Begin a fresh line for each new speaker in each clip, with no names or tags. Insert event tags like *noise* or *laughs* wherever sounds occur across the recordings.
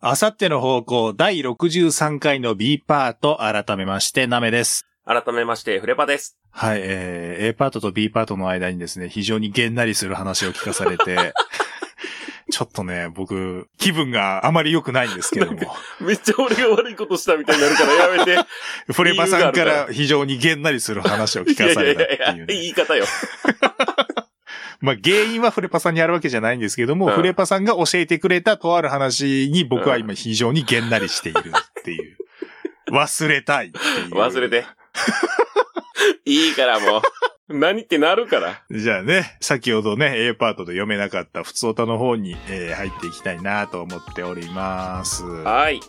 あさっての方向第63回の B パート、改めまして、ナメです。
改めまして、フレパです。
はい、えー、A パートと B パートの間にですね、非常にげんなりする話を聞かされ *laughs* て、ちょっとね、僕、気分があまり良くないんですけれども、
めっちゃ俺が悪いことしたみたいになるからやめて。
フレバさんから非常にげんなりする話を聞
*laughs* い
か
やい
され
やい
たって
や
い
いうや、
ね。
言い方よ。
まあ、原因はフレパさんにあるわけじゃないんですけども、
うん
フレパさんが教えてくれたとある話に僕は今非常にげんなりしているって
*laughs*
いう。忘れたいっていう。
忘れ。て。いいからもう。何ってなるから。
じゃあね、先ほどね、A パートで読めなかった普通歌の方に、えー入っていきたいなと思っております。
はい。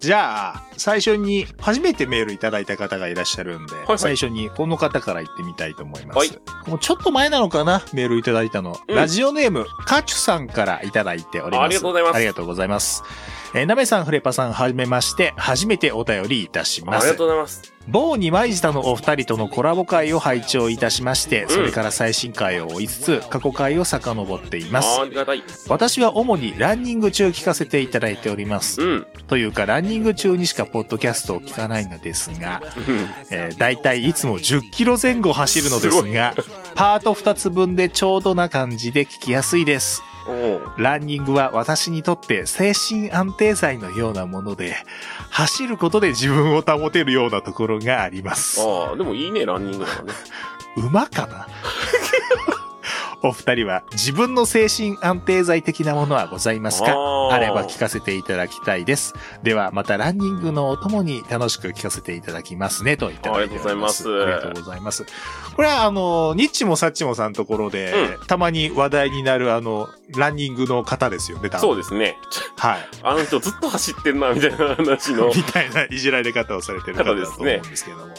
じゃあ、最初に、初めてメールいただいた方がいらっしゃるんで、
はい
最初にこの方から言ってみたいと思います。
はい
もうちょっと前なのかな、メールいただいたの。
うん
ラジオネーム、カチュさんからいただいております。
ありがとうございます
ありがとうございます。えー、なべさん、フレパさん、はじめまして、初めてお便りいたし
あ
ま
りが
す
とう。ございます。
某二枚舌のお二人とのコラボ会を拝聴いたしまして、
ん
それから最新回を追いつつ、過去回を遡っています
あ。りがたい。
私は主にランニング中聞かせていただいております
う。ん。
というか、ランニング中にしかポッドキャストを聞かないのですが、えー、大体いつも10キロ前後走るのですが、パート2つ分でちょうどな感じで聞きやすいです。
おう
ランニングは私にとって精神安定剤のようなもので、走ることで自分を保てるようなところがあります。
ああ、でもいいね、ランニングだからね。
馬かな *laughs* お二人は自分の精神安定剤的なものはございますか
あー
あれば聞かせていただきたいです。では、またランニングのお供に楽しく聞かせていただきますね、といただいております。
あり
あ
が
り
と
が
う
とうございます。これは、あの、ニッチもサッチもさんのところで、たまに話題になる、あの、ランニングの方ですよね、多分。
そうですね。
はい。
あの人ずっと走ってんな、みたいな話 *laughs* の。
みたいないじられ方をされてる方だと思うんですけども。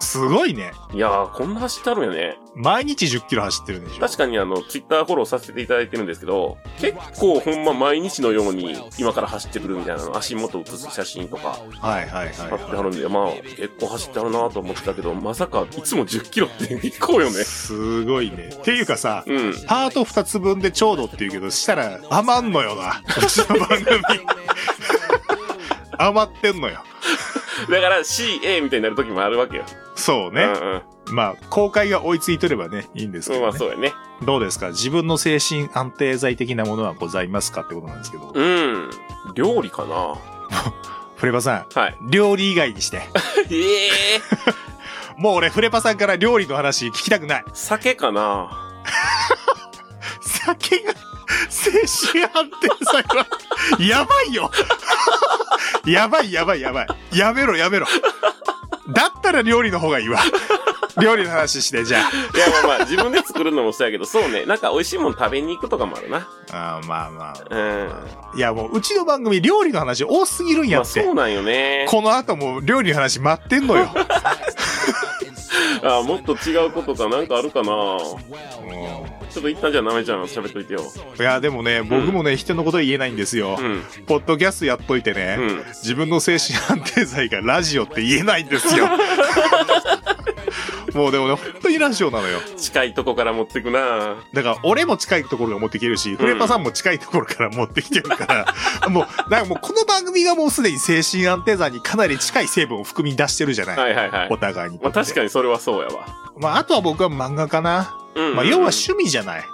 すごいね。
いやー、こんな走ってあるよね。
毎日10キロ走ってるんでしょ
確かにあの、ツイッターフォローさせていただいてるんですけど、結構ほんま毎日のように今から走ってくるみたいなの、足元写す写真とか
はいはいはい
あ
は
っ
い
て。あるんで、まあ結構走ってあるなと思ってたけど、まさかいつも10キロって結構よね。
すごいね。っていうかさ、
うん。
パート2つ分でちょうどって言うけど、したら余んのよな。うちの番組。 *laughs* 余ってんのよ。
だから CA みたいになる時もあるわけよ。
そう
う
ね。
んうん。
まあ、公開が追いついとればね、いいんですけ
ま
ど、
あ
ね
そうやね。
どうですか自分の精神安定剤的なものはございますかってことなんですけど。
うん。料理かな
フレパさ
はい。 *laughs*
ん、料理以外にして。
ええ
もう俺、フレパさんから料理の話聞きたくない。
酒かな
酒が精神安定剤はやばいよやばいやばいやばいやめろやめろだったら料理の方がいいわ料理の話してじゃ
いやまあまあ自分で作るのもそうやけど、そうね。なんか美味しいもん食べに行くとかもあるな。
ああーまあまあ
うん。
いやもううちの番組料理の話多すぎるん
ま
や
あ
って、
そうなんよね。
この後も料理の話待ってんのよ
あーもっと違うことかなんかあるかなちょっと一旦じゃあなめちゃん喋っといてよ
いやでもね僕もね人のことは言えないんですよ、
うん
ポッドキャストやっといてね、
うん
自分の精神安定剤がラジオって言えないんです
*laughs*
よもうでもね本当にラジオなのよ
近いとこから持ってくな
だから俺も近いところが持ってきてるし、フレッパさんも近いところから持ってきてる
*laughs*
からもうなんかもうこの番組がもうすでに精神安定剤にかなり近い成分を含み出してるじゃない、
はいはいはい
お互いにと
まあ
って、
確かにそれはそうやわ
まあ、あとは僕は漫画かな、
うん
まあ、要は趣味じゃない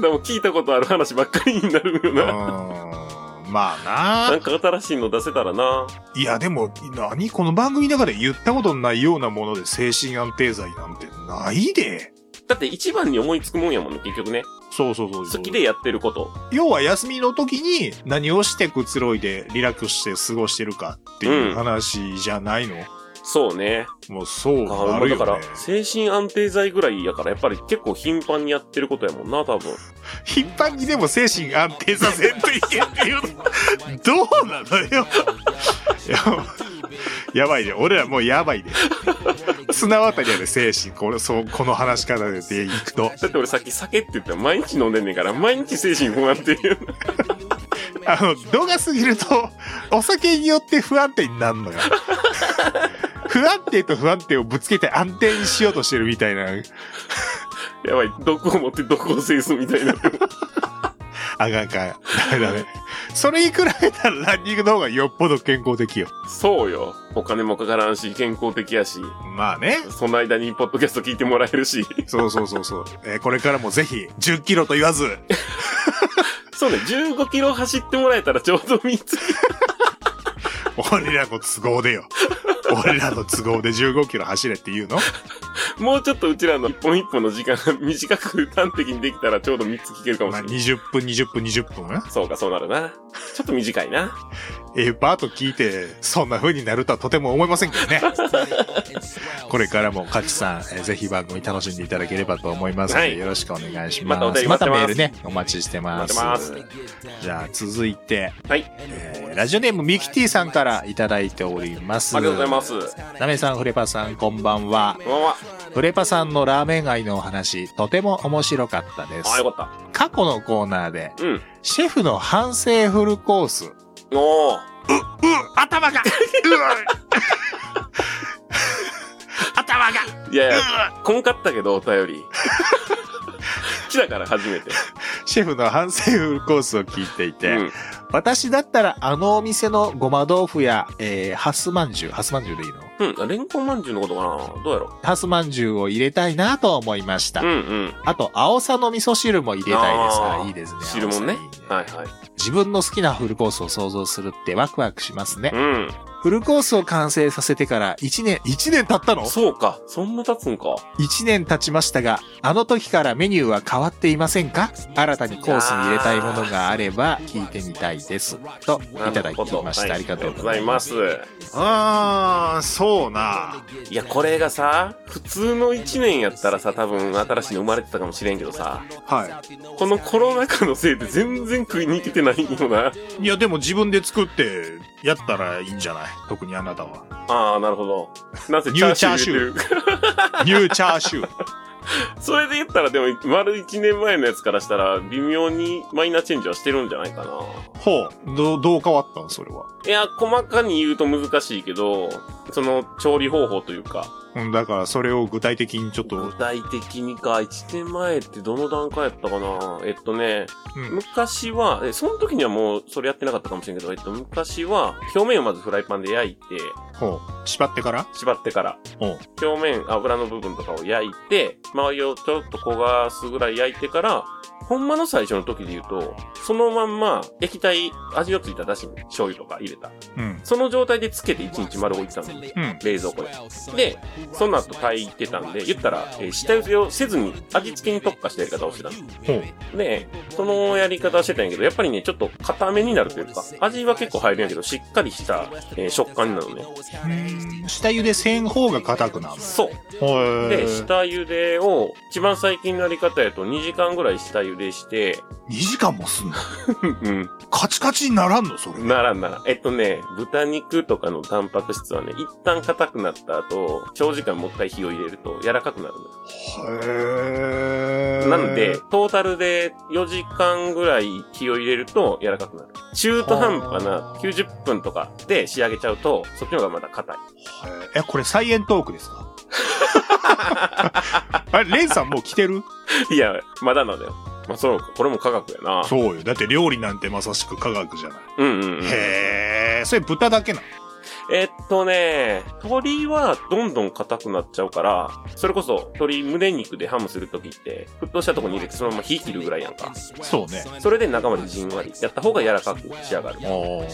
でも聞いたことある話ばっかりになるよ
う
な
ーんまあな
なんか新しいの出せたらない
や、でも、何この番組の中で言ったことのないようなもので精神安定剤なんてないで。
だって一番に思いつくもんやもんね結局ね
そうそうそうそう。
好きでやってること
要は休みの時に何をしてくつろいでリラックスして過ごしてるかっていう話じゃないの、
そうね
もうそう
あー
な
もう
る
だ
よ
か
ね
ら。精神安定剤ぐらいやからやっぱり結構頻繁にやってることやもんな多分
頻繁にでも精神安定させんといけんっていうのどうなのよ。やばいね。俺らもうやばいね。綱渡りやで、精神。これ、そう、この話し方でいくと。
だって俺さっき酒って言ったら毎日飲んでんねんから毎日精神不安定よ
あの、度が過ぎると、お酒によって不安定になるのよ。不安定と不安定をぶつけて安定にしようとしてるみたいな、
*laughs* やばい、毒を持って毒を制すみたいになってる。
あかんあかん。ダメダメ。それに比べたらランニングの方がよっぽど健康的よ。
*laughs* そうよ。お金もかからんし、健康的やし、
まあね。
その間にポッドキャスト聞いてもらえるし。
そうそうそうそう。えーこれからもぜひ、10キロと言わず、
そうね、15キロ走ってもらえたらちょうど3つ。
俺らの都合でよ。俺らの都合で15キロ走れって言うの
もうちょっとうちらの一本一本の時間 *laughs* が短く端的にできたらちょうど3つ聞けるかもし
まあ
れない。
20分、20分、20分。
そうか、そうなるな。ちょっと短いな。
えー、バーと聞いて、そんな風になるとはとても思いませんけど
*laughs*
ね。これからも、カチさん、えーぜひ番組楽しんでいただければと思いますので、
はい
よろしくお願いし
またお
ます。
便り待ってます
メールね、お待ちしてます。
待って
じゃあ、続いて、
はい。
えーラジオネームミキティさんからいただいております。
ありがとうございます。
ナメさん、フレパさん、こんばんは。
こんばんは。
フレパさんのラーメン愛のお話、とても面白かったです
ああ、。よかっ
過去のコーナーで、
た。うん。
シェフの反省フルコース、
おー。
頭が頭が
いやいや、こんかったけど、
*laughs*
お便り。来たから、初めて。
シェフの反省フルコースを聞いていて、
うん。
私だったらあのお店のごま豆腐や、えー、ハスまんじゅう、ハスまんじゅうでいいの
うん。あレンコンまんじゅうのことかなどうやろ
ハスまんじゅうを入れたいなと思いました。
う。うんうん。
あと、青さの味噌汁も入れたいです
あ
が、
ー
いいですね。
汁もね
青さいい
はいはい。
自分の好きなフルコースを想像するってワクワクしますね。
う
フルコースを完成させてから1年、1年経ったの
ん。そうか。そんな経つんか。
1年経ちましたが、あの時からメニューは変わっていませんか新たにコースに入れたいものがあれば聞いてみたいです。と、いただきました。
な
ありがとう
るほど
ご
は
ざ
いあり
い
がとうござい
ます。
ます。
あー、そうな。
いや、これがさ、普通の1年やったらさ、多分新しいの生まれてたかもしれんけどさ、
はい。
このコロナ禍のせいで全然食いに行けてないよな。
いや、でも自分で作ってやったらいいんじゃない特にあなたは。
ああ、なるほど。なんせ
ニ
チャ
ュー
ーシュー入れてる。
ニューチャーシュー。
それで言ったら、でも、丸1年前のやつからしたら、微妙にマイナーチェンジはしてるんじゃないかな。
ほう。ど、どう変わったのそれは。
いや、細かに言うと難しいけど、その調理方法というか、
うん、だからそれを具体的にちょっと
具、体的にか、1年前ってどの段階やったかなえっとね、
うん。
昔は、え、その時にはもうそれやってなかったかもしれんけど、えっと、昔は、表面をまずフライパンで焼いて、
ほう。縛ってから
縛ってから、
ほう。
表面、油の部分とかを焼いて、周りをちょっと焦がすぐらい焼いてから、ほんまの最初の時で言うと、そのまんま液体、味のついた出汁に醤油とか入れた。
うん。
その状態でつけて1日丸置いてたのに、
うん。
冷蔵庫で。で、その後炊いてたんで、言ったら、えー下茹でをせずに味付けに特化したやり方をしてたの
ほう。
で、そのやり方してたんやけど、やっぱりね、ちょっと固めになるというか、味は結構入るんやけど、しっかりした、えー食感になるのね。
うん下茹でせん方が硬くなる。
そう。
へ
で、
ー
下茹でを、一番最近のやり方やと2時間ぐらい下茹でして、
2時間もすんの
うん、
カチカチにならんのそれ。
ならんならん。えっとね、豚肉とかのタンパク質はね、一旦硬くなった後、長時間もう一回火を入れると柔らかくなるのよ
へー
なんで、、トータルで4時間ぐらい火を入れると柔らかくなる。中途半端な90分とかで仕上げちゃうと、そっちの方がまだ硬い。
え、これサイエントークです
*laughs*
かあれ、レンさんもう来てる
*laughs* いや、まだなんだよ。まあ、そうか。これも科学やな。
そうよ。だって料理なんてまさしく科学じゃない。
うんうんうん。
へえ、それ豚だけなの
えっとね、鶏はどんどん硬くなっちゃうから、それこそ鶏胸肉でハムするときって、沸騰したとこに入れてそのまま火切るぐらいやんか。
そうね。
それで中までじんわりやった方が柔らかく仕上がる。
お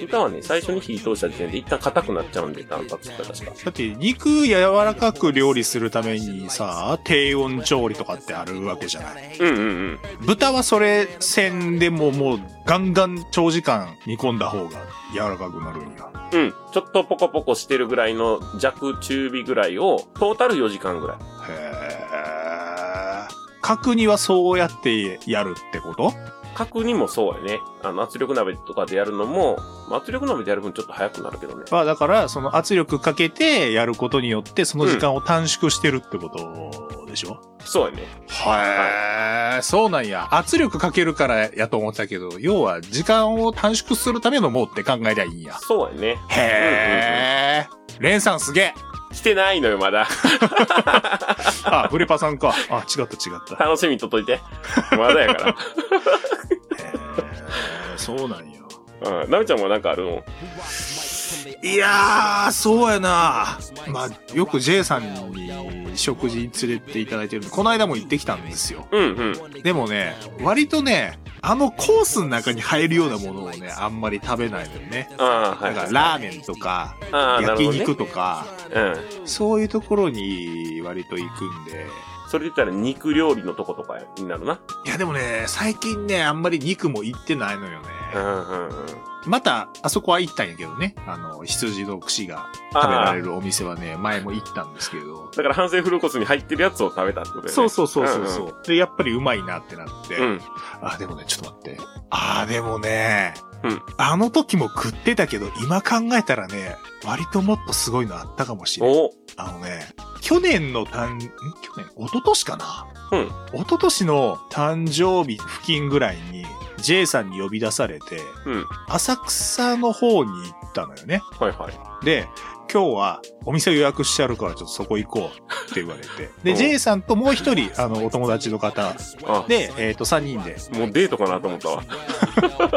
豚はね、最初に火通した時点で一旦硬くなっちゃうんで、タンパク質が確か。
だって肉柔らかく料理するためにさ、低温調理とかってあるわけじゃない。
うんうんうん。
豚はそれせんでももうガンガン長時間煮込んだ方が柔らかくなるんや。
うん。ちょっとポコポコしてるぐらいの弱中火ぐらいを、トータル4時間ぐらい。
へえ。角煮はそうやってやるってこと
角煮もそうやね。あの、圧力鍋とかでやるのも、まあ圧力鍋でやる分ちょっと早くなるけどね。
まあだから、その圧力かけてやることによって、その時間を短縮してるってことでしょ、
そうやね。
はい。そうなんや。圧力かけるからやと思ってたけど、要は時間を短縮するためのもうって考えりゃいいんや。
そうやね。
へえ。レンさんすげえ。
来てないのよ、まだ。 *laughs*
あ、フレパさんか。あ、違った違った。
*laughs* 楽しみにとっといて。まだやから。
へーそうなんよ。
うん。なべちゃんもなんかあるん
いやー、そうやなまあ、よく J さんに食事に連れていただいてるんでこの間も行ってきたんですよ。
うんうん。
でもね、割とね、あのコースの中に入るようなものをね、あんまり食べないのよね。
ああ、
だ
はい。
からラーメンとか、
ああ、なる
焼
ほど、ね
肉。とか、
うん。
そういうところに割と行くんで。
それで言ったら肉料理のとことかになるな。
いやでもね、最近ね、あんまり肉も行ってないのよね。
うんうんうん。
また、あそこは行ったんやけどね。あの、羊の串が食べ
あ
ら
あ
れ、るお店はね、前も行ったんですけど。
だから反省フルコースに入ってるやつを食べたってことだよね。
そうそうそうそうそうう、で、やっぱりうまいなってなって。
うん。
あ、でもね、ちょっと待って。あ、でもね、
うん
あの時も食ってたけど、今考えたらね、割ともっとすごいのあったかもしれない。
お
あのね、去年の誕、ん去年一昨年かな
うん。
一昨年の誕生日付近ぐらいに、J さんに呼び出されて、
うん。
浅草の方に行ったのよね。
はいはい。
で、今日はお店予約してあるからちょっとそこ行こうって言われて。
う
*laughs* で、
ん
J さんともう一人、あ *laughs* の、お友達の方
あ、
で、えっ、と、3人 *laughs* で、
もうデートかなと思ったわ。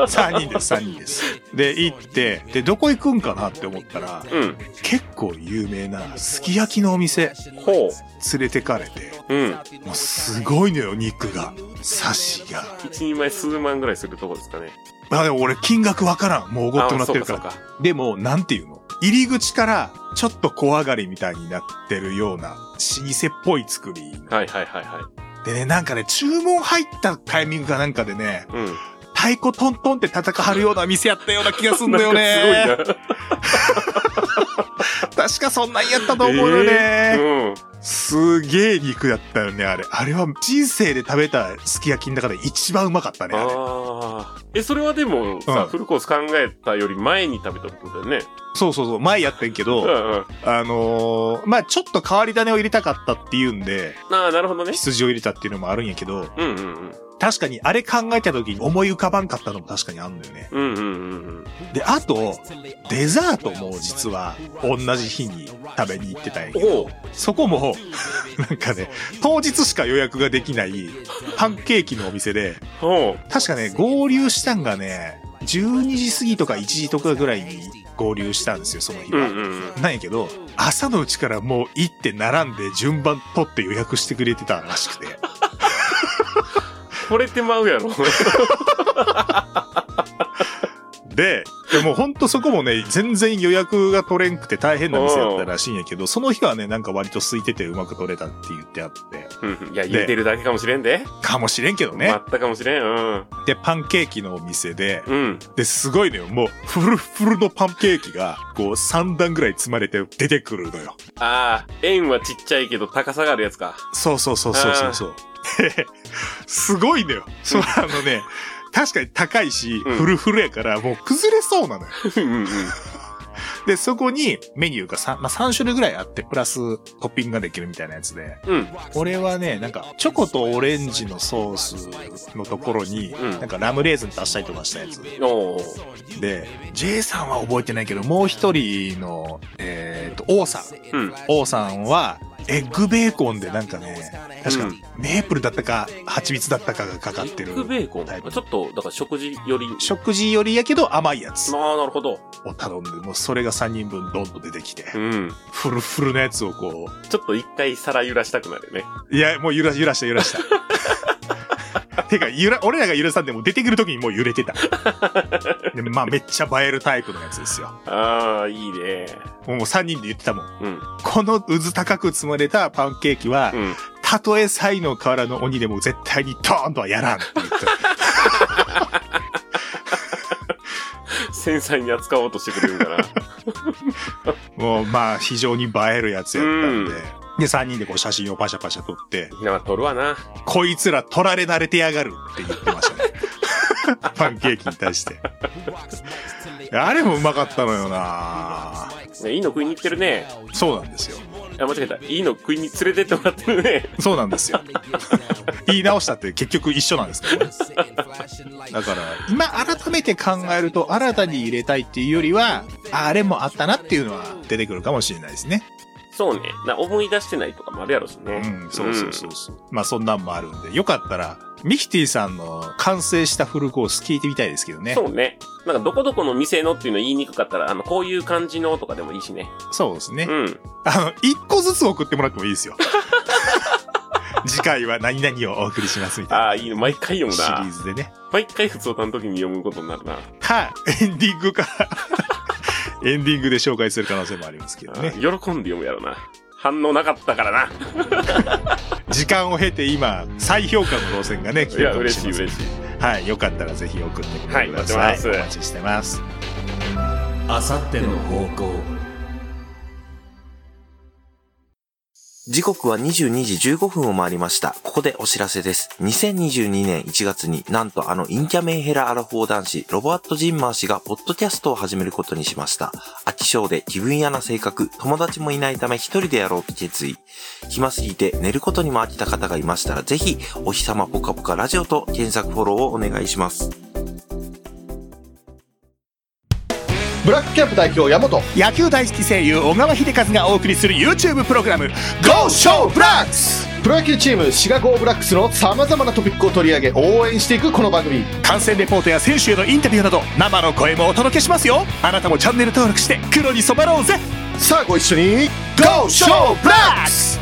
3人です、3人です。で、行って、で、どこ行くんかなって思ったら、
うん。
結構有名なすき焼きのお店
ほ
連れてかれて、
う。うん。
もうすごいのよ、肉が。サシが。
一人前数万ぐらいするとこですかね。
まあでも俺金額わからん。もうおごってもらってるから。
あそうかそ
でも、なんていうの入り口からちょっと小上がりみたいになってるような老舗っぽい作り。
うかはいはいはいは
でね、なんかね、注文入ったタイミングかなんかでね、
い。うん。
太鼓トントンって叩かはるような店やったような気がすんだよ
*laughs* な
ね。
んかす
確かそんなんやったと
ごいな。
思うよね。
うん。
すげえ肉だったよね、あれ。あれは人生で食べたすき焼きの中で一番うまかったね。あれ
ああ。え、それはでもさ、
うん
フルコース考えたより前に食べたことだよね。
そうそうそう、前やってんけ
うん
ど、
*laughs* うん。
あのーまあちょっと変わり種を入れたかったっていうんで、
ああ、なるほどね。
羊を入れたっていうのもあるんやけど、
うんうんうん。
確かにあれ考えた時に思い浮かばんかったのも確かにあんのよね。
うんうんうんうん。
で、あと、デザートも実は同じ日に食べに行ってたんやけど、
おう。
そこも、 *laughs* なんかね、当日しか予約ができないパンケーキのお店で、
ほう。
確かね、合流したんがね、12時過ぎとか1時とかぐらいに合流したんですよ、その日
うん
は。
うんうん。
なんやけど、朝のうちからもう行って並んで順番取って予約してくれてたらしくて。
惚れてまうやろ。 *laughs*
で、でもほんとそこもね、全然予約が取れんくて大変な店だったらしいんやけど、その日はね、なんか割と空いててうまく取れたって言ってあって、
うんうんいや、言うてるだけかもしれんで。
かもしれんけど
ね。
ね
あ。ったかもしれん。うん。
で、パンケーキのお店で、
うん。
で、すごいのよ。もう、フルフルのパンケーキが、こう、3段ぐらい積まれて出てくるのよ。
ああ、円はちっちゃいけど高さがあるやつか。
そうそうそうそうそうそう。で *laughs* すごいのよ。そう、あのね、確かに高いし、
うん
フルフルやから、もう崩れそうなのよ。
うんうん。
で、そこにメニューが 3,、まあ、3種類ぐらいあって、プラストッピングができるみたいなやつで。
うん。
俺はね、なんか、チョコとオレンジのソースのところに、
うん
なんかラムレーズン足したりとかしたやつ。
おお。
で、J さんは覚えてないけど、もう一人の、えっ、と、王さん。
うん。
王さんは、エッグベーコンでなんかね、確か、
うん
メープルだったか、蜂蜜だったかがかかって
エッグ
る。
ベーコン。
タイプ
ちょっと、だから食事より。
食事よりやけど甘いやつ
ああ、なるほど。
を頼んで、もうそれが3人分ドンと出てきて
う、ん。
フルフルのやつをこう、
ちょっと一回皿揺らしたくなるよね。
いや、もう揺らし、揺らした、揺ら
*laughs*
した。てか、揺ら、俺らが揺らさんでも出てくる時にもう揺れてた。でまあ、めっちゃ映えるタイプのやつですよ。
ああ、いいね。
もう3人で言ってたもん。
うん。
この渦高く積まれたパンケーキは、 *laughs*
うん。
たとえ才の河原の鬼でも絶対にドーンとはやらんって言って。
繊細に扱おうとしてくれる
*laughs*
から。
もう、まあ、非常に映えるやつやったんで。
うん
で、3人でこう写真をパシャパシャ撮って、
なあ、取るわな。
こいつら撮られ慣れてやがるって言ってました
*laughs*
ね。パンケーキに対して。あれもうまかったのよな
ね、いいの食いに行ってるね。
そうなんですよ。
あ、間違えた。いいの食いに連れてってもらってるね。
そうなんですよ。言い直したって結局一緒なんですけどね。だから、今改めて考えると、新たに入れたいっていうよりは、ああれもあったなっていうのは出てくるかもしれないですね。
そうね。な思い出してないとかもあるやろしね。
うん、そうそうそうそう。まあそんなんもあるんで、よかったら、ミヒティさんの完成したフルコース聞いてみたいですけどね。
そうね。なんかどこどこの店のっていうの言いにくかったら、あの、こういう感じのとかでもいいしね。
そうですね
う。ん。
あの、一個ずつ送ってもらってもいいです
*laughs*
よ。次回は何々をお送りしますみたいな。
ああ、いいの。毎回読む
シリ
な
ー。ズでね。
毎回普通の時に読むことになるな。
はい。エンディングから。エンディングで紹介する可能性もありますけど
あ
ね。
喜んで読むやろな。反応なかったからな。
時間を経て今、再評価の路線がね、
いや、嬉しい
ません
嬉しい。
はい。よかったらぜひ送ってみてください。
はい待ってます
お待ちしてます。
あさっての方向
時刻は22時15分を回りました。ここでお知らせです。2022年1月になんとあのインキャメンヘラアラフォー男子、ロバート・ジンマー氏がポッドキャストを始めることにしました。飽き性で気分屋な性格、友達もいないため一人でやろうと決意。暇すぎて寝ることにも飽きた方がいましたら、ぜひお日様ぽかぽかラジオと検索フォローをお願いします。
ブラックキャンプ代表山本
野球大好き声優小川秀和がお送りする YouTube プログラム
GO SHOW ブラックスプロ野球チームシガゴーブラックスのさまざまなトピックを取り上げ応援していくこの番組
観戦レポートや選手へのインタビューなど生の声もお届けしますよあなたもチャンネル登録して黒に染まろうぜ
さあご一緒に GO SHOW ブラックス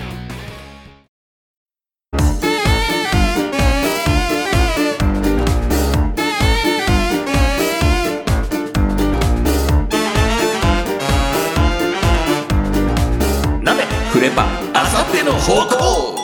鍋フレパあさっての方向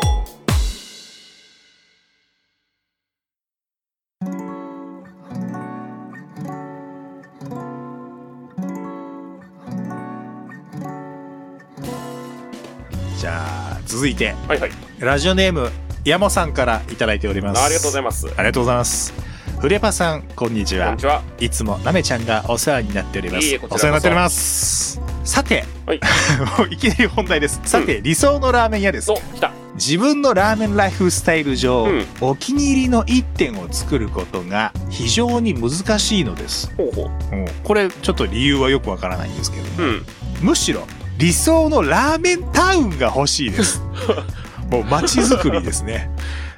じゃあ続いて
はいはい。
ラジオネームヤモさんから頂いただいております
ありがとうござい
ま
ます。こ
すありがとうございますフレパさんこんにちは
んにちは。
いつもなめちゃんがお世話になっております
いえいえこちらこ
お
そ
世話になっておりますさて、
はい
*laughs* もういきなり本題ですさて、理想のラーメン屋です
そう、来た。
自分のラーメンライフスタイル上、
うん
お気に入りの1点を作ることが非常に難しいのです、
ほうほう。
これちょっと理由はよくわからないんですけど、
うん。
むしろ理想のラーメンタウンが欲しいです
*laughs*
もう街づくりですね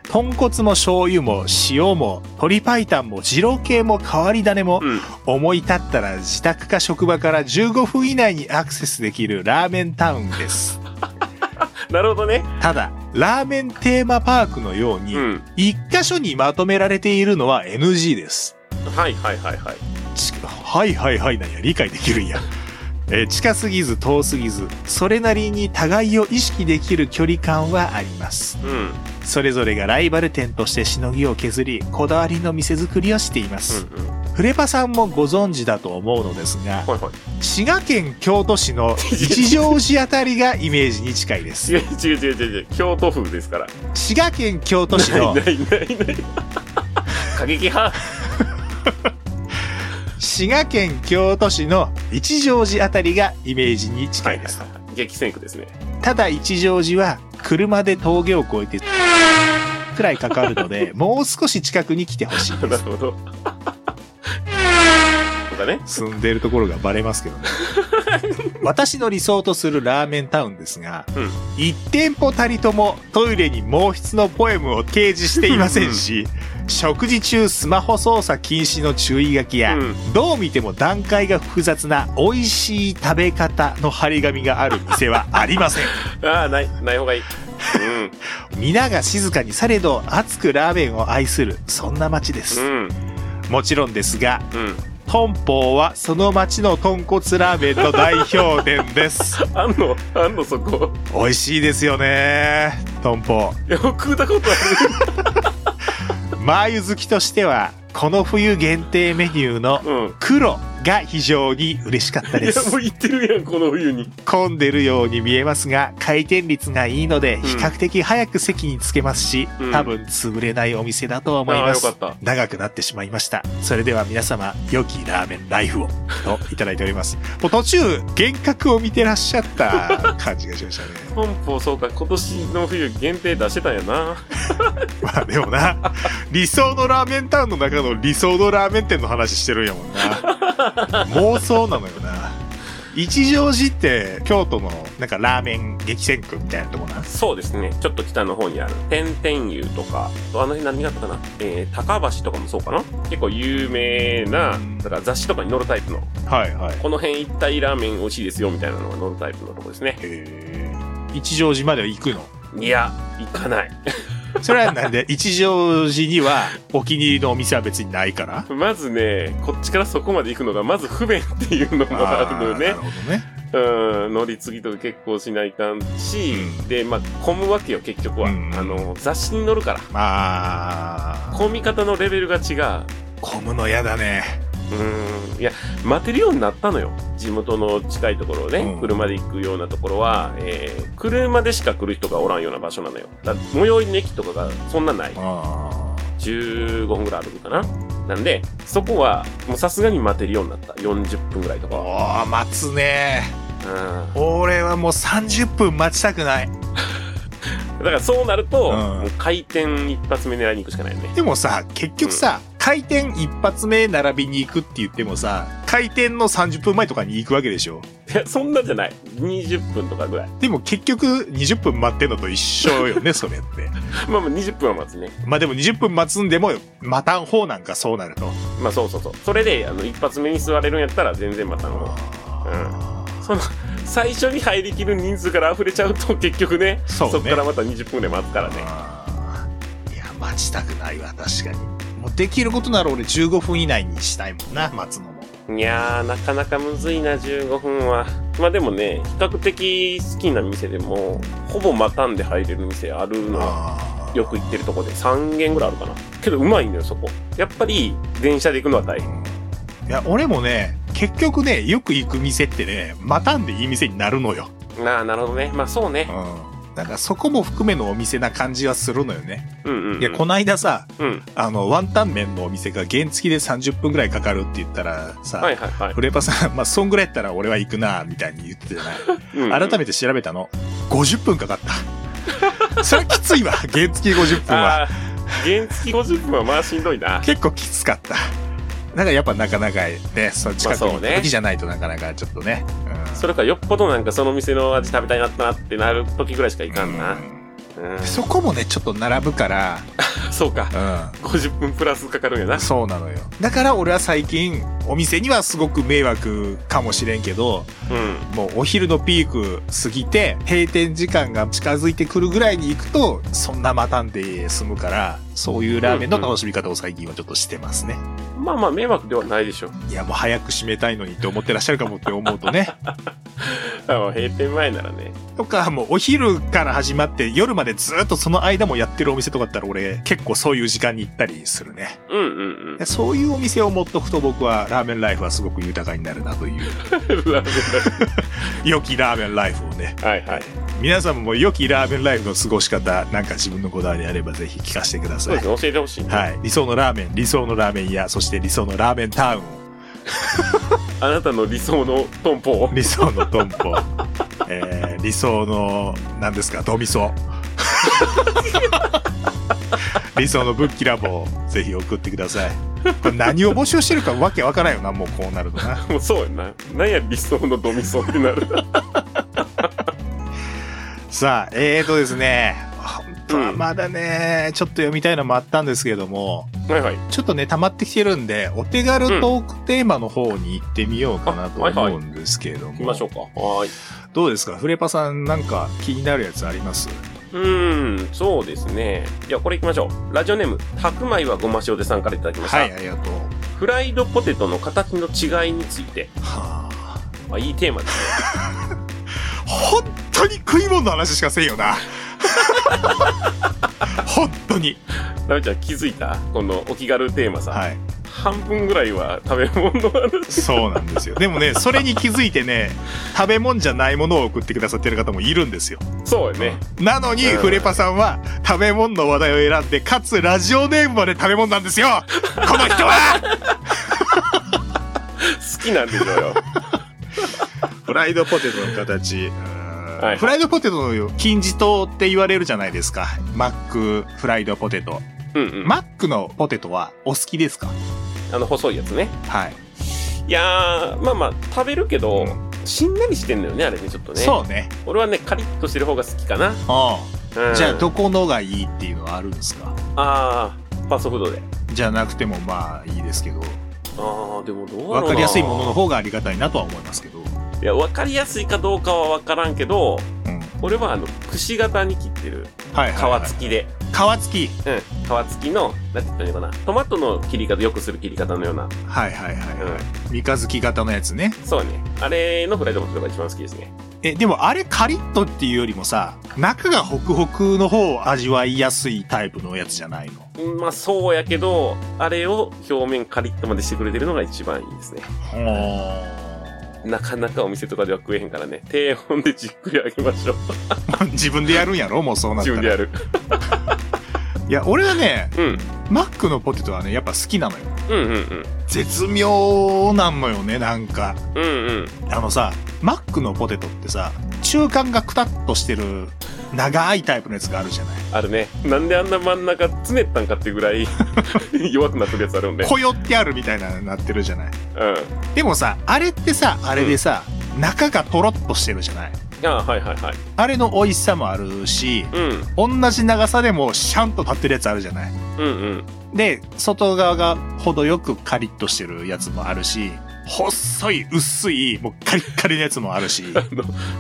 豚骨も醤油も塩も鶏白湯も二郎系も変わり種も、
うん。
思い立ったら自宅か職場から15分以内にアクセスできるラーメンタウンです。
なるほどね。
ただ、ラーメンテーマパークのように
う、ん。
一箇所にまとめられているのは NG です。
はいはいはいはい。
ちはいはいはいなんや、理解できるんや。えー近すぎず遠すぎず、それなりに互いを意識できる距離感はあります。
うん。
それぞれがライバル店としてしのぎを削り、こだわりの店作りをしています。
うんうん。
フレパさんもご存知だと思うのですが、
はいはい。
滋賀県京都市
*laughs*
の一条市あたりがイメージに近いで
違
す
う違う違う違う違う。京都府ですから。 *laughs*
滋賀県京都市
ない
の
ないないない。過激派。
滋賀県京都市の一条市あたりがイメージに近いです
*laughs* 激戦区ですね。
ただ一条市は車で峠を越えてくらいかかるの
*laughs*
でもう少し近くに来てほしい
な
で
*laughs* る
す
ほど。とかね。
住んでるところがバレますけどね私の理想とするラーメンタウンですが、
うん
一店舗たりともトイレに毛筆のポエムを掲示していませんし、食事中スマホ操作禁止の注意書きや、
うん。
どう見ても段階が複雑な美味しい食べ方の張り紙がある店はありません
ああ、ない、ない方がいい。うん。
皆が静かにされど熱くラーメンを愛するそんな街です、
うん。
もちろんですが
うん。
トンポーはその町の豚骨ラーメンの代表店です
*laughs* あんの、あんのそこ。
美味しいですよねトンポ
いや、食うたことあ
ーマー油好きとしてはこの冬限定メニューの
る。うん。
黒が非常に嬉しかった
い
で
や
す、
もう行ってるやん、この冬に。
混んでるように見えますが回転率がいいので
ん
比較的早く席につけますし、
うん
多分潰れないお店だと思い
ああ、
ま
よ
す
かった。
長くなってしまいましたそれでは皆様良きラーメンライフをといただいております *laughs* もう途中幻覚を見てらっしゃった感じがしましたね
本舗、そうか、今年の冬限定出してたんやな。
まあでもな理想のラーメンタウンの中の理想のラーメン店の話してるんやもんな妄想なのよな一乗寺って京都のなんかラーメン激戦区みたいなとこなんです。
そうですね。ちょっと北の方にある。天天湯とか、あの辺何があったかなえー、高橋とかもそうかな結構有名な、だから雑誌とかに載るタイプの、
はいはい。
この辺一帯ラーメン美味しいですよみたいなのが載るタイプのとこですね。
へー一乗寺までは行くの。
いや、行かない。
それはなんで、一乗寺にはお気に入りのお店は別にないから。
まずね、こっちからそこまで行くのがまず不便っていうのもあるの
ー
よ
な
ね
る。ほどね。
うん、乗り継ぎとか結構しないかんし、
うん
で、まあ、混むわけよ、結局は。
うん
あの、雑誌に載るから。
まあ、
混み方のレベルが違う。
混むの嫌だね。
うんいや、待てるようになったのよ。地元の近いところをね、
うん
車で行くようなところは、えー、車でしか来る人がおらんような場所なのよ。だ最寄りの駅とかがそんなない。
あ
15分ぐらい歩くかな。なんで、そこは、もうさすがに待てるようになった。40分ぐらいとか
ー
は。
おー待つね。
うん
俺はもう30分待ちたくない。
だからそうなると、
うん
もう回転一発目狙いに行くしかないよね。
でもさ、結局さ、開店一発目並びに行くって言ってもさ、開店の30分前とかに行くわけでしょ。
いや、そんなんじゃない。20分とかぐらい。
でも結局20分待ってんのと一緒 *laughs* よね、それって。
まあまあ20分は待つね。
まあでも20分待つんでも、待たん方なんかそうなると。
まあそうそうそう。それで、あの、一発目に座れるんやったら全然またの方がうんその最初に入りきる人数から溢れちゃうと *laughs* 結局ね
そ
そう
ね
こからまた20分で待つからね
あーいや、待ちたくないわ、確かに。もうできることなら俺15分以内にしたいもんな、待つのも。
いやーなかなかむずいな15分はまあでもね比較的好きな店でもほぼ待たんで入れる店あるのは
あ
よく行ってるとこで3軒ぐらいあるかなけどうまいんだよそこやっぱり電車で行くのは大変
いや、俺もね、結局ね、よく行く店ってね、待たんでいい店になるのよ。
なあなるほどねまあそうね
うん。なんかそこも含めのお店な感じはするのよね。
うんうんうん
いや、こないださ、
うん
あの、ワンタン麺のお店が原付きで30分くらいかかるって言ったらさ、
はいはいはい
フレパさん、まあ、そんぐらいやったら俺は行くな、みたいに言ってたじゃない。改
て
めて調べたの。50分かかった。 *laughs* それきついわ、原付50分は。
あー原付50分はまあしんどいな
結構きつかった。なんかやっぱなかなかね、その近く
まあ
に
そうね
時じゃないとなかなかちょっとね。うん
それかよっぽどなんかその店の味食べたいなったなってなる時ぐらいしかいかん
う
な。
ん
うん。
そこもね、ちょっと並ぶから、
そうか。
う、。
50分プラスかかるんやなん
そうなのよ。だから俺は最近、お店にはすごく迷惑かもしれんけど、
うん。
もうお昼のピーク過ぎて、閉店時間が近づいてくるぐらいに行くと、そんな待たんで済むから、そういうラーメンの楽しみ方を最近はちょっとしてますね。
まあまあ迷惑ではないでしょう。
いや、もう早く閉めたいのにって思ってらっしゃるかもって思うとね。 *laughs*
あの閉店前ならね。
とか、もうお昼から始まって夜までずっとその間もやってるお店とかだったら俺結構そういう時間に行ったりするね。
うん *laughs* うんうん。
でそういうお店を持っとくと僕はラーメンライフはすごく豊かになるなという、良きラーメンライフをね。
*laughs* はいはい。
皆さんも良きラーメンライフの過ごし方、なんか自分のこだわりあればぜひ聞かせてくだ
そ
さ
う
い
で。すね。教えてほしい。
はい。理想のラーメン、理想のラーメン屋、そして理想のラーメンタウン、
あなたの理想のトンポを。
理想のトン
*laughs*
ポ、えー、理想の、何ですか、ドミ
*laughs*
ソ。理想のブッキラボをぜひ送ってください。これ何を募集してるかわけわからんよな、もうこうなるとな。
もうそうやんな。なんや理想のドミソってな *laughs* る。
さあ、えーとですね、本当は
うん
まだね、ちょっと読みたいのもあったんですけども、
はいはい。
ちょっとね、溜まってきてるんで、お手軽トークテーマの方に行ってみようかなと
あはいはい
思うんですけれども。
行きましょうか。はーい。
どうですかフレパさんなんか気になるやつあります
うーん、そうですね。じゃあこれ行きましょう。ラジオネーム、白米はごま塩でさんからいただきました。
はい、ありがとう。
フライドポテトの形の違いについて。
はあ。
あ、いいテーマですね。
本当に食い物の話しかせんよな。 *laughs* 本当に。
ラミちゃん気づいたこのお気軽テーマさ。
はい。
半分ぐらいは食べ物の話。
そうなんですよ。でもね、それに気づいてね、食べ物じゃないものを送ってくださってる方もいるんですよ。
そうよね。
なのに、
うん
フレパさんは食べ物の話題を選んで、かつラジオネームまで食べ物なんですよこの人は
好きなんでしょ
*laughs*
うよ。
フライドポテトの形。
はい
フライドポテトの金字塔って言われるじゃないですか。マックフライドポテト。
うんうん。
マックのポテトはお好きですか
あの、細いやつね。
はい。
いやー、まあまあ、食べるけど、しんなりしてんのよね、あれね、ちょっとね。
そうね。
俺はね、カリッとしてる方が好きかな。
う
うん
ん。じゃあ、どこのがいいっていうのはあるんですか
ああ、パーソフードで。
じゃなくてもまあいいですけど、
ああ、でもどうだろうな
わかりやすいものの方がありがたいなとは思いますけど。
いや、わかりやすいかどうかはわからんけど、
うん。
俺はあの、くし形に切ってる。
はいはい、はい。
皮付きで。
皮付き。
うん。皮付きの、なんて言ったらいいのかな。トマトの切り方、よくする切り方のような。
はいはいはい、はい
うん。
三日月型のやつね。
そうね。あれのフライドポテトが一番好きですね。
え、でもあれカリッとっていうよりもさ、中がホクホクの方を味わいやすいタイプのやつじゃないの。
うんまあ、そうやけど、あれを表面カリッとまでしてくれてるのが一番いいですね。
ほー
なかなかお店とかでは食えへんからね。低温でじっくり揚げましょう。
自分でやるんや
*laughs*
ろもうそうなった
自
ら。
分でやる。
いや、俺はね、
うん。
マックのポテトはね、やっぱ好きなのよ。
うんうんうん。
絶妙なんのよね、なんか。
うんうん。
あのさ、マックのポテトってさ、中間がくたっとしてる長いタイプのやつがあるじゃない。
あるね。なんであんな真ん中つねったんかってぐら *laughs* い弱くなってるやつあるんで。
こよってあるみたいなのになってるじゃない。
うん。
でもさ、あれってさ、あれでさ、中がとろっとしてるじゃない。
ああはいはいはい。
あれの美味しさもあるし、
うん。
同じ長さでもシャンと立ってるやつあるじゃない。
うんうん。
で、外側が程よくカリッとしてるやつもあるし、細い、薄い、もうカリッカリのやつもあるし。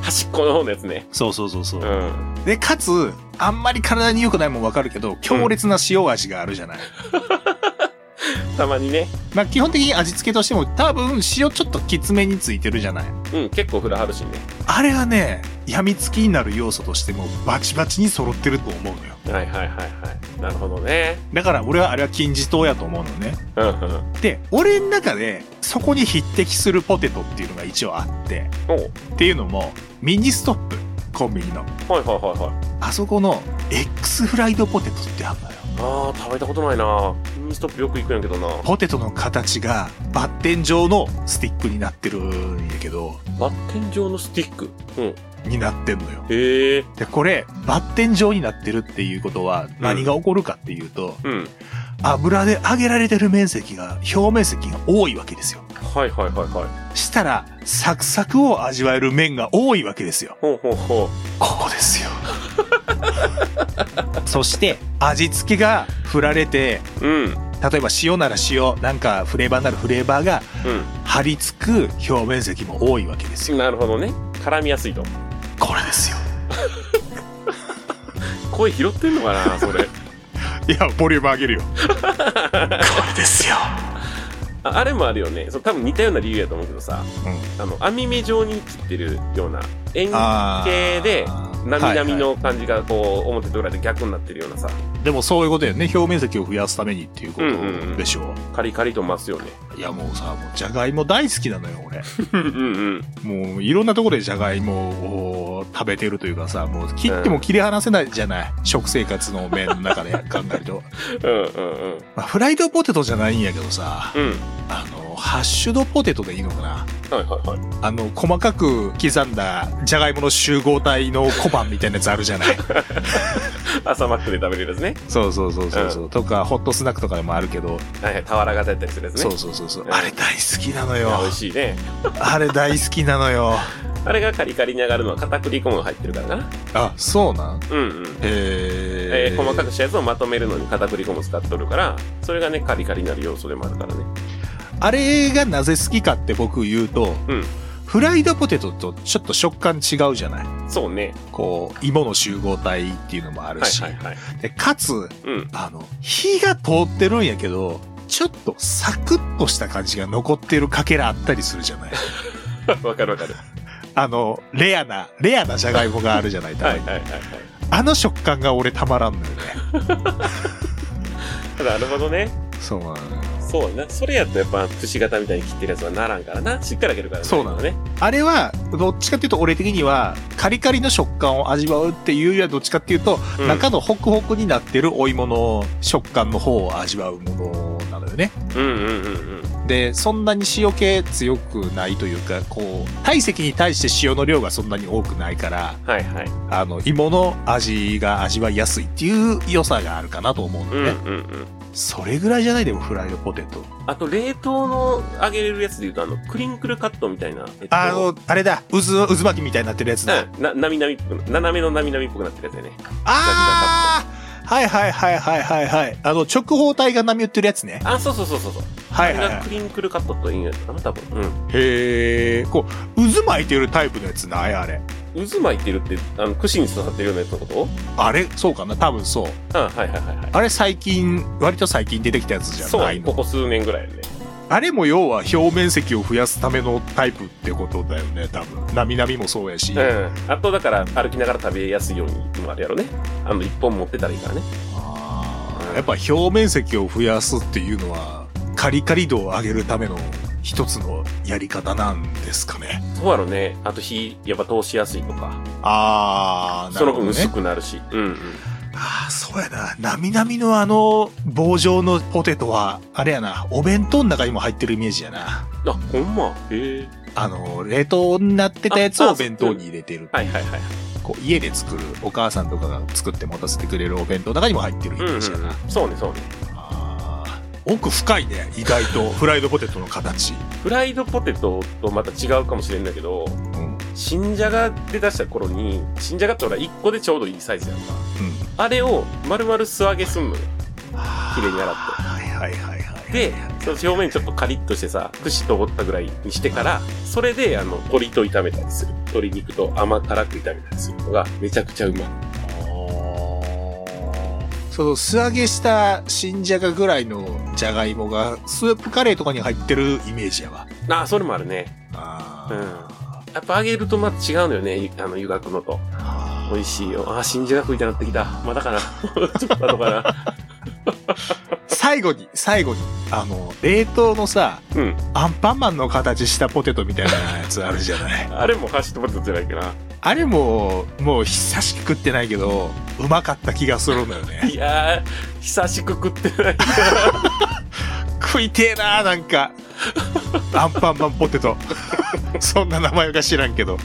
端っこの方のやつね。
そうそうそうそうう。
ん。
で、かつ、あんまり体に良くないもんわかるけど、強烈な塩味があるじゃない。
たまにね。
まあ基本的に味付けとしても多分塩ちょっときつめについてるじゃない。
うん。結構フラハルシンね。
あれはね、病みつきになる要素としてもバチバチに揃ってると思うのよ。
はいはいはいはい。なるほどね。
だから俺はあれは金字塔やと思うのね。
うんうん。
で、俺の中でそこに匹敵するポテトっていうのが一応あって、
お
っていうのもミニストップ、コンビニの。
はいはいはいはい。
あそこの X フライドポテトってあんのよ。
ああ、食べたことないな。ミニストップよく行くんやけどな。
ポテトの形がバッテン状のスティックになってるんやけど、
バッテン状のスティック。うん。
になってんのよ。
へえ。
で、これ、バッテン状になってるっていうことは何が起こるかっていうと、
うん。
油で揚げられてる面積が、表面積が多いわけですよ。
はいはいはいはい。
したら、サクサクを味わえる面が多いわけですよ。
ほうほうほ
ここですよ。そして、味付けが振られて、
う。うん。うん。
例えば塩なら塩、なんかフレーバーならフレーバーが張り付く表面積も多いわけですよ。
なるほどね。絡みやすいと。
これですよ。
声拾ってんのかなそ *laughs* れ。
いや、ボリューム上げる *laughs* よ。これですよ。
ああれもあるよね。そう多分似たような理由やと思うけどさ、あの、網目状に切ってるような、円
あ
形で、なみなみ
の
の感じがこう、表と裏で逆になってるようなさ、
でもそういうことやね。表面積を増やすためにっていうこ
うんうんうん
とでしょう。
カリカリと増すよね。
いやもうさ、もうじゃがいも大好きなのよ、俺。
うんうん
もういろんなところでじゃがいもを食べてるというかさ、もう切っても切り離せないじゃない。食生活の面の中で考え
*laughs*
ると。
うん。うんうんうん。
まあ、フライドポテトじゃないんやけどさ、
うん。
あの、ハッシュドポテトでいいのかな。
はいはいはい。
あの、細かく刻んだじゃがいもの集合体の小判みたいなやつあるじゃ
*laughs*
ない。
朝マックで食べれるやつね。
そうそうそうそうそう。とか、ホットスナックとかでもあるけど、
はいはい。俵型やったりするやつね。
そうそうそうそう。あれ大好きなのよ。
美味しいね。
あれ大好きなのよ。
あれがカリカリに上がるのは片栗粉も入ってるからな。
あ、そうなん
うんうん。
え
えー、細かくしたやつをまとめるのに片栗粉も使っとるから、それがね、カリカリになる要素でもあるからね。
あれがなぜ好きかって僕言うと、
うん
フライドポテトとちょっと食感違うじゃない
そうね。
こう、芋の集合体っていうのもある
はい
し。
はいはい。
でかつ、
うん。 *laughs*
あの、火が通ってるんやけど、ちょっとサクッとした感じが残ってるかけらあったりするじゃ
*laughs*
ない
わかるわかる。
あの、レアな、レアなじゃがいもがあるじゃない、多
はい
分
はいはいはい。
あの食感が俺たまらんのよね。
なるほどね。
そうなのよ
そうやな。それやとやっぱ、くし形みたいに切ってるやつはならんからな。しっかり開けるからね。
そうなの
ね。
あれは、どっちかっていうと、俺的には、カリカリの食感を味わうっていうよりは、どっちかっていうと、
うん
中のホクホクになってるお芋の食感の方を味わうものなのよね。
うんうんうんうん。
で、そんなに塩気強くないというか、こう、体積に対して塩の量がそんなに多くないから、
はいはい。
あの、芋の味が味わいやすいっていう良さがあるかなと思う
うん
の
うん
ね。
うん。
それぐらいじゃないでもフライドポテト。
あと、冷凍の揚げれるやつで言うと、あの、クリンクルカットみたいな。えっと
あの、あれだ、渦、渦巻きみたいになってるやつだ。
うん、な、なみなみっぽく、斜めのなみなみっぽくなってるやつだよね。
ああはいはいはいはいはいはい。あの、直方体が波打ってるやつね。
あ、そうそうそうそうそう。
は
あ
い
れ
はい、
が
はい
ク。リンクルカットと言うんやつかな、多分。う
へえ、こう、渦巻いてるタイプのやつないあれ。
ん。渦巻いてるって、あの、串に刺さってるようなやつのこと
あれそうかな多分そう。
あ、はいはいはいはい。
あれ最近、割と最近出てきたやつじゃ
そ、
ないうの
ここ数年ぐらいやね。
あれも要は表面積を増やすためのタイプってことだよね、多分。なみなみもそうやし。
うん。あと、だから、歩きながら食べやすいように、もあれやろね。あの、一本持ってたらいいからね。
あーやっぱ表面積を増やすっていうのは、カリカリ度を上げるための一つのやり方なんですかね。
そうやろね。あと、火、やっぱ通しやすいとか。
あー、な
そ
る
の
ほど
分
ね。
薄くなるし。うんうん。
ああ、そうやな。なみなみのあの棒状のポテトは、あれやな、お弁当の中にも入ってるイメージやな。
あ、ほんま。へえ。
あの、冷凍になってたやつ
あ
を
あ
お弁当に入れてる。
はいはいはい。
こう家で作る、お母さんとかが作って持たせてくれるお弁当の中にも入ってるイ
う
メ
ん、うん
ー
うん
ジやな。
そうね、そうね。
あー奥深いね、意外と。フライドポテトの形。
フライドポテトとまた違うかもしれんだけど、
うん。うん。
新じゃが出だした頃に、新じゃがってほら1個でちょうどいいサイズやんか。あれを丸々素揚げすんのよ。
綺
綺麗に洗って
はいはいはいはい。
で、その表面ちょっとカリッとしてさ、串と折ったぐらいにしてから、それであの、鶏と炒めたりする。鶏肉と甘辛く炒めたりするのがめちゃくちゃうまい。
その素揚げした新じゃがぐらいのじゃがいもがスープカレーとかに入ってるイメージやわ。
ああ、それもあるね。
あ
うん
ー
やっぱ揚げるとまた違うのよね、ゆあの、湯がくのと。
あ
美味しいよ。ああ、新じゃが食いたなってきた。まだかな。 *laughs* ちょっと後かな。
ー最後に、最後に、あの、冷凍のさ、
うん。
アンパンマンの形したポテトみたいなやつあるじゃない
*laughs* あれもハッシュドポテトじゃないっけな。
あれも、もう久しく食ってないけど、うまかった気がするんだよ
*laughs*
ね。
いやー、久しく食ってない。
食いてえななんかアンパンマンポテト *laughs* そんな名前が知らんけど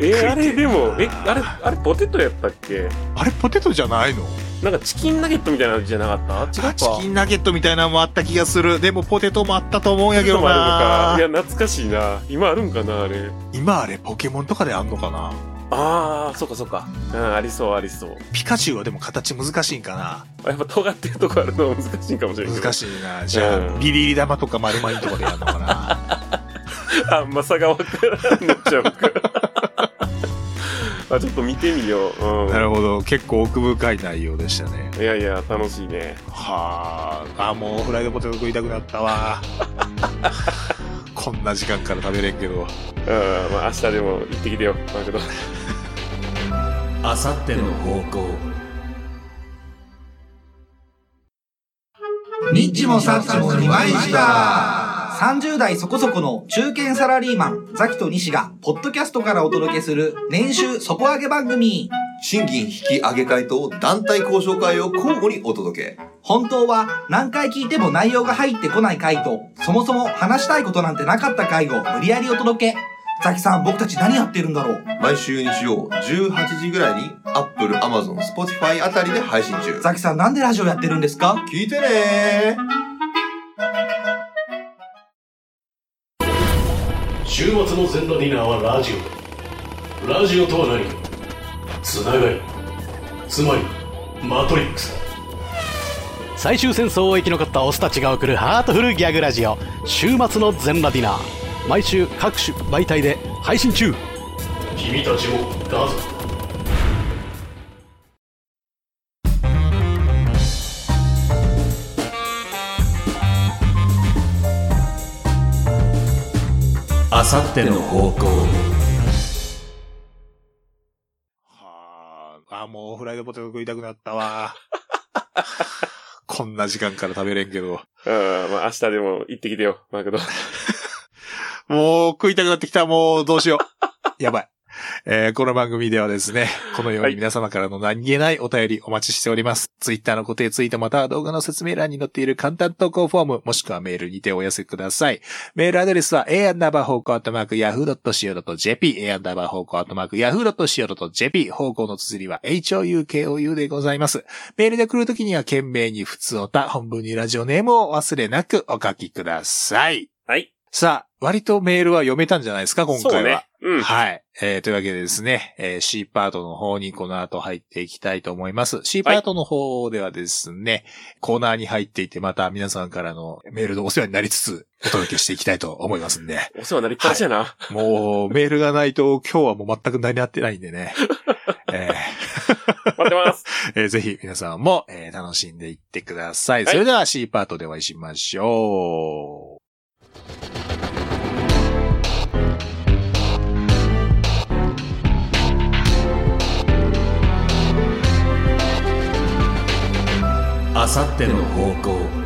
えーあれでも、
食いてえ
え、
な
あれ、あれポテトやったっけ
あれポテトじゃないの
なんかチキンナゲットみたいなのじゃなかった違うか。
チキンナゲットみたいなのもあった気がするでもポテトもあったと思うんやけど
もあ
な
るのか。いや、懐かしいな。今あるんかな、あれ。
今あれポケモンとかであんのかな
ああ、そうかそうか。うん、ありそう、ありそう。
ピカチュウはでも形難しいんか
やっぱ尖ってるとこあるのは難しいかもしれ
な
ない。
難
い。
しいなじゃあ、
うん
ビリリ玉とか丸マインとかでやんのかな
あんま差がわからんなっちゃうから。あ、ちょっと見てみよう。うん。
なるほ
*laughs*
ど結構奥深い内容でしたね
いやいや、楽しいね。
はああもうフライドポテト食いたくなった
*laughs*
わこんな時間から食べれんけど
うん、まあ明日でも行ってきてよ。マクド。
あさっての方向
ニッチもサッチも2枚した30代そこそこの中堅サラリーマン、ザキと西が、ポッドキャストからお届けする、年収底上げ番組。
賃金引き上げ会と団体交渉会を交互にお届け。
本当は何回聞いても内容が入ってこない回と、そもそも話したいことなんてなかった回を無理やりお届け。ザキさん、僕たち何やってるんだろう
毎週日曜18時ぐらいに Apple、Amazon、Spotify あたりで配信中。
ザキさん、なんでラジオやってるんですか
聞いてね
週末の全裸ディナーはラジオだラジオとは何かつながりつまりマトリックスだ
最終戦争を生き残ったオスたちが送るハートフルギャグラジオ週末の全裸ディナー毎週各種媒体で配信中
君たちもだぞ
あさっての方向
はあ、あ、もうフライドポテト食いたくなったわ。 *laughs* こんな時間から食べれんけど。
うん、まあ明日でも行ってきてよ。マクド。
もう食いたくなってきた。もうどうしよう。やばい。 *laughs* えーこの番組ではですね、このように皆様からの何気ないお便りお待ちしております。ツイッターの固定ツイートまたは動画の説明欄に載っている簡単投稿フォーム、もしくはメールにてお寄せください。メールアドレスは a アンダーバー方向アットマーク yahoo.co.jp、a アンダーバー方向アットマーク yahoo.co.jp、方向の綴りは houkou でございます。メールで来るときには懸命に普通おた、本文にラジオネームをお忘れなくお書きください。
はい。
さあ、割とメールは読めたんじゃないですか、今
そう
回は
ね。。うん。
はい。えー、というわけでですね、えー C パートの方にこの後入っていきたいと思います。C パートの方ではですね、コーナーに入っていて、また皆さんからのメールのお世話になりつつ、お届けしていきたいと思いますん
*laughs*
で、
お世話になりっぱなしやな。
もうメールがないと今日はもう全く何になってないんで
*laughs*
ね、え
待ってます。
ーえーぜひ皆さんも、えー楽しんでいってください。それでは C パートでお会いしましょう。
あさっての方向